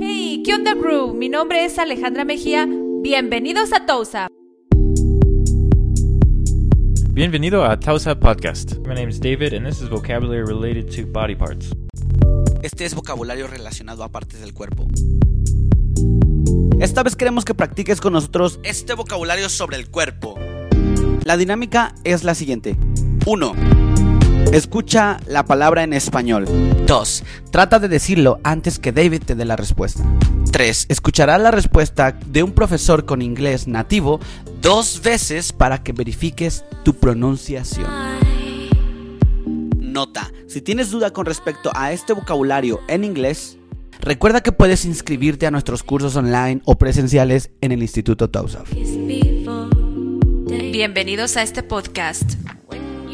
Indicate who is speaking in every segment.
Speaker 1: Hey, ¿qué onda, crew? Mi nombre es Alejandra Mejía. Bienvenidos a Tousa.
Speaker 2: Bienvenido a Tausa Podcast.
Speaker 3: My name is David, and this is vocabulary related to body parts.
Speaker 4: Este es vocabulario relacionado a partes del cuerpo. Esta vez queremos que practiques con nosotros este vocabulario sobre el cuerpo. La dinámica es la siguiente. 1. Escucha la palabra en español. 2. Trata de decirlo antes que David te dé la respuesta. 3. Escuchará la respuesta de un profesor con inglés nativo dos veces para que verifiques tu pronunciación. Nota, si tienes duda con respecto a este vocabulario en inglés, recuerda que puedes inscribirte a nuestros cursos online o presenciales en el Instituto Tausaf.
Speaker 1: Bienvenidos a este podcast.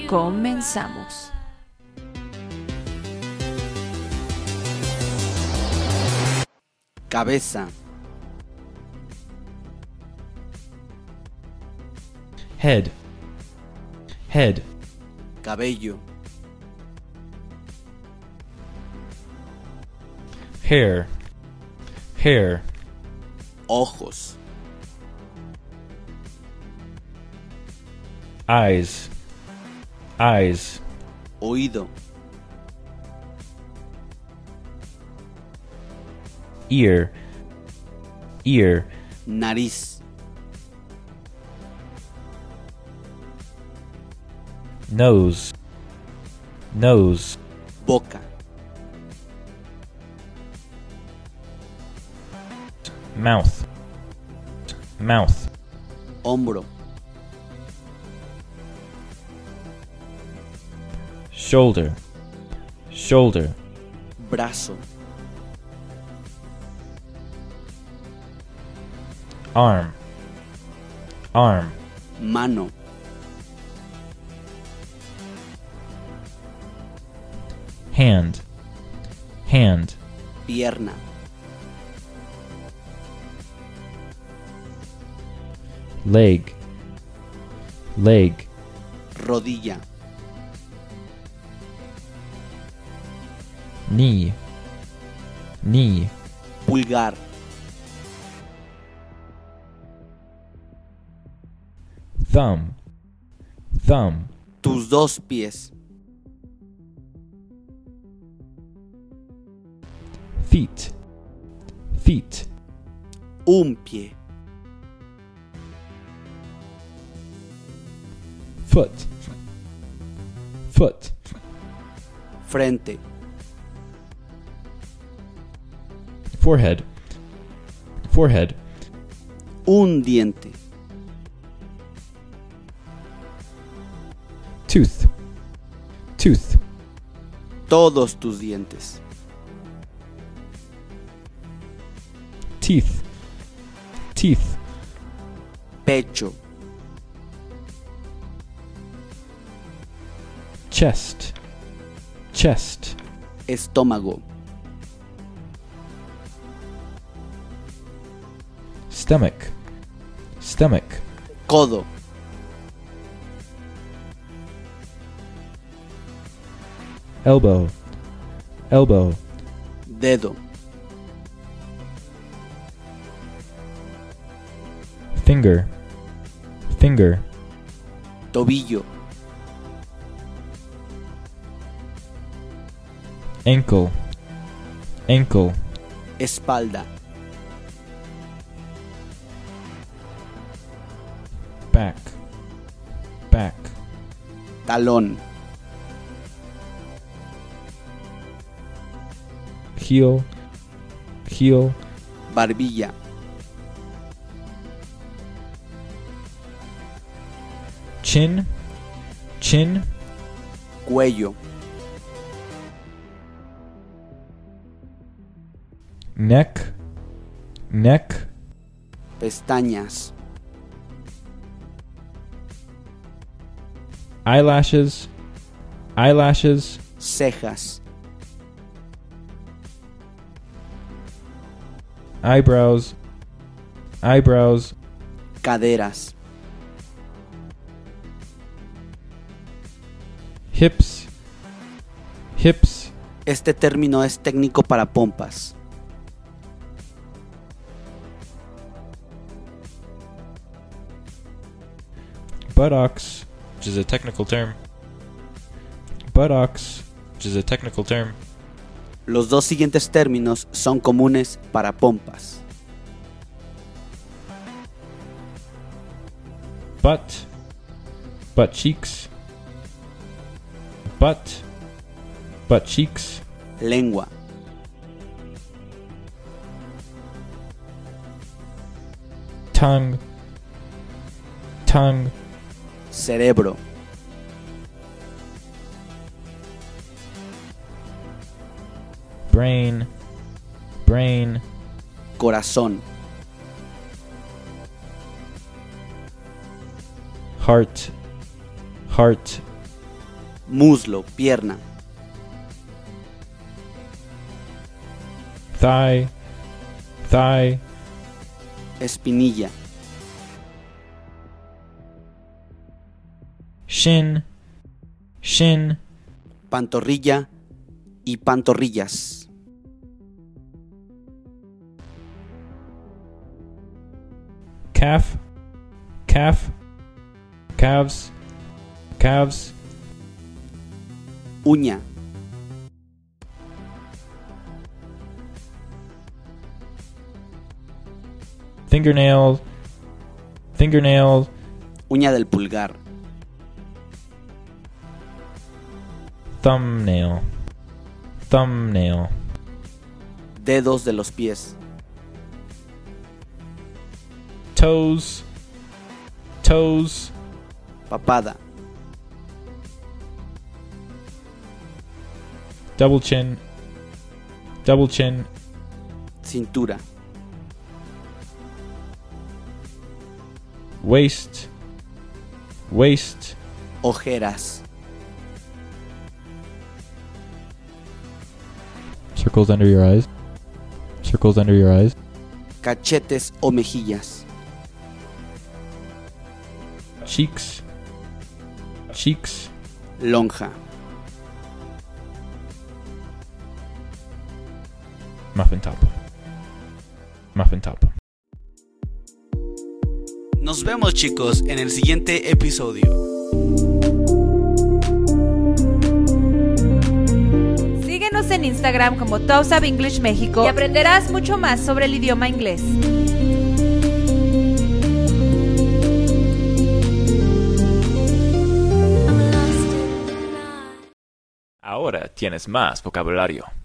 Speaker 1: Comenzamos.
Speaker 4: Cabeza,
Speaker 3: Head. Head.
Speaker 4: cabello,
Speaker 3: Hair. Hair.
Speaker 4: ojos,
Speaker 3: Eyes. Eyes.
Speaker 4: oído,
Speaker 3: Ear. Ear.
Speaker 4: nariz,
Speaker 3: Nose. Nose.
Speaker 4: boca,
Speaker 3: Mouth. Mouth.
Speaker 4: hombro,
Speaker 3: Shoulder. Shoulder.
Speaker 4: brazo,
Speaker 3: Arm. Arm.
Speaker 4: mano,
Speaker 3: Hand. Hand.
Speaker 4: pierna,
Speaker 3: Leg. Leg.
Speaker 4: rodilla,
Speaker 3: Knee. Knee.
Speaker 4: pulgar,
Speaker 3: Thumb. Thumb.
Speaker 4: tus dos pies,
Speaker 3: Feet. Feet.
Speaker 4: un pie,
Speaker 3: Foot. Foot.
Speaker 4: frente,
Speaker 3: Forehead. Forehead.
Speaker 4: un diente,
Speaker 3: Tooth. Tooth.
Speaker 4: todos tus dientes,
Speaker 3: Teeth. Teeth.
Speaker 4: pecho,
Speaker 3: Chest. Chest.
Speaker 4: estómago,
Speaker 3: Stomach. Stomach.
Speaker 4: codo,
Speaker 3: Elbow. Elbow.
Speaker 4: dedo,
Speaker 3: Finger. Finger.
Speaker 4: tobillo,
Speaker 3: Ankle. Ankle.
Speaker 4: espalda,
Speaker 3: Back. Back.
Speaker 4: talón,
Speaker 3: Heel. Heel.
Speaker 4: barbilla,
Speaker 3: Chin. Chin.
Speaker 4: cuello,
Speaker 3: Neck. Neck.
Speaker 4: pestañas,
Speaker 3: eyelashes, eyelashes,
Speaker 4: cejas,
Speaker 3: eyebrows, eyebrows,
Speaker 4: caderas,
Speaker 3: hips, hips,
Speaker 4: Este término es técnico para pompas.
Speaker 3: buttocks, which is a technical term. Buttocks, which is a technical term.
Speaker 4: Los dos siguientes términos son comunes para pompas.
Speaker 3: Butt, butt cheeks. Butt, butt cheeks.
Speaker 4: Lengua.
Speaker 3: Tongue, tongue.
Speaker 4: Cerebro.
Speaker 3: Brain, brain.
Speaker 4: Corazón.
Speaker 3: Heart, heart.
Speaker 4: Muslo. Pierna.
Speaker 3: Thigh, thigh.
Speaker 4: Espinilla.
Speaker 3: Shin, shin.
Speaker 4: Pantorrilla. Y pantorrillas.
Speaker 3: Calf, calf. Calves, calves.
Speaker 4: Uña.
Speaker 3: Fingernail, fingernail.
Speaker 4: Uña del pulgar.
Speaker 3: Thumbnail, thumbnail.
Speaker 4: Dedos de los pies.
Speaker 3: Toes, toes.
Speaker 4: Papada.
Speaker 3: Double chin, double chin.
Speaker 4: Cintura.
Speaker 3: Waist, waist.
Speaker 4: Ojeras.
Speaker 3: Circles under your eyes. Circles under your eyes.
Speaker 4: Cachetes o mejillas.
Speaker 3: Cheeks, cheeks.
Speaker 4: Lonja.
Speaker 3: Muffin top. Muffin top.
Speaker 4: Nos vemos chicos en el siguiente episodio.
Speaker 1: Síguenos en Instagram como Tausab English México y aprenderás mucho más sobre el idioma inglés.
Speaker 2: Ahora tienes más vocabulario.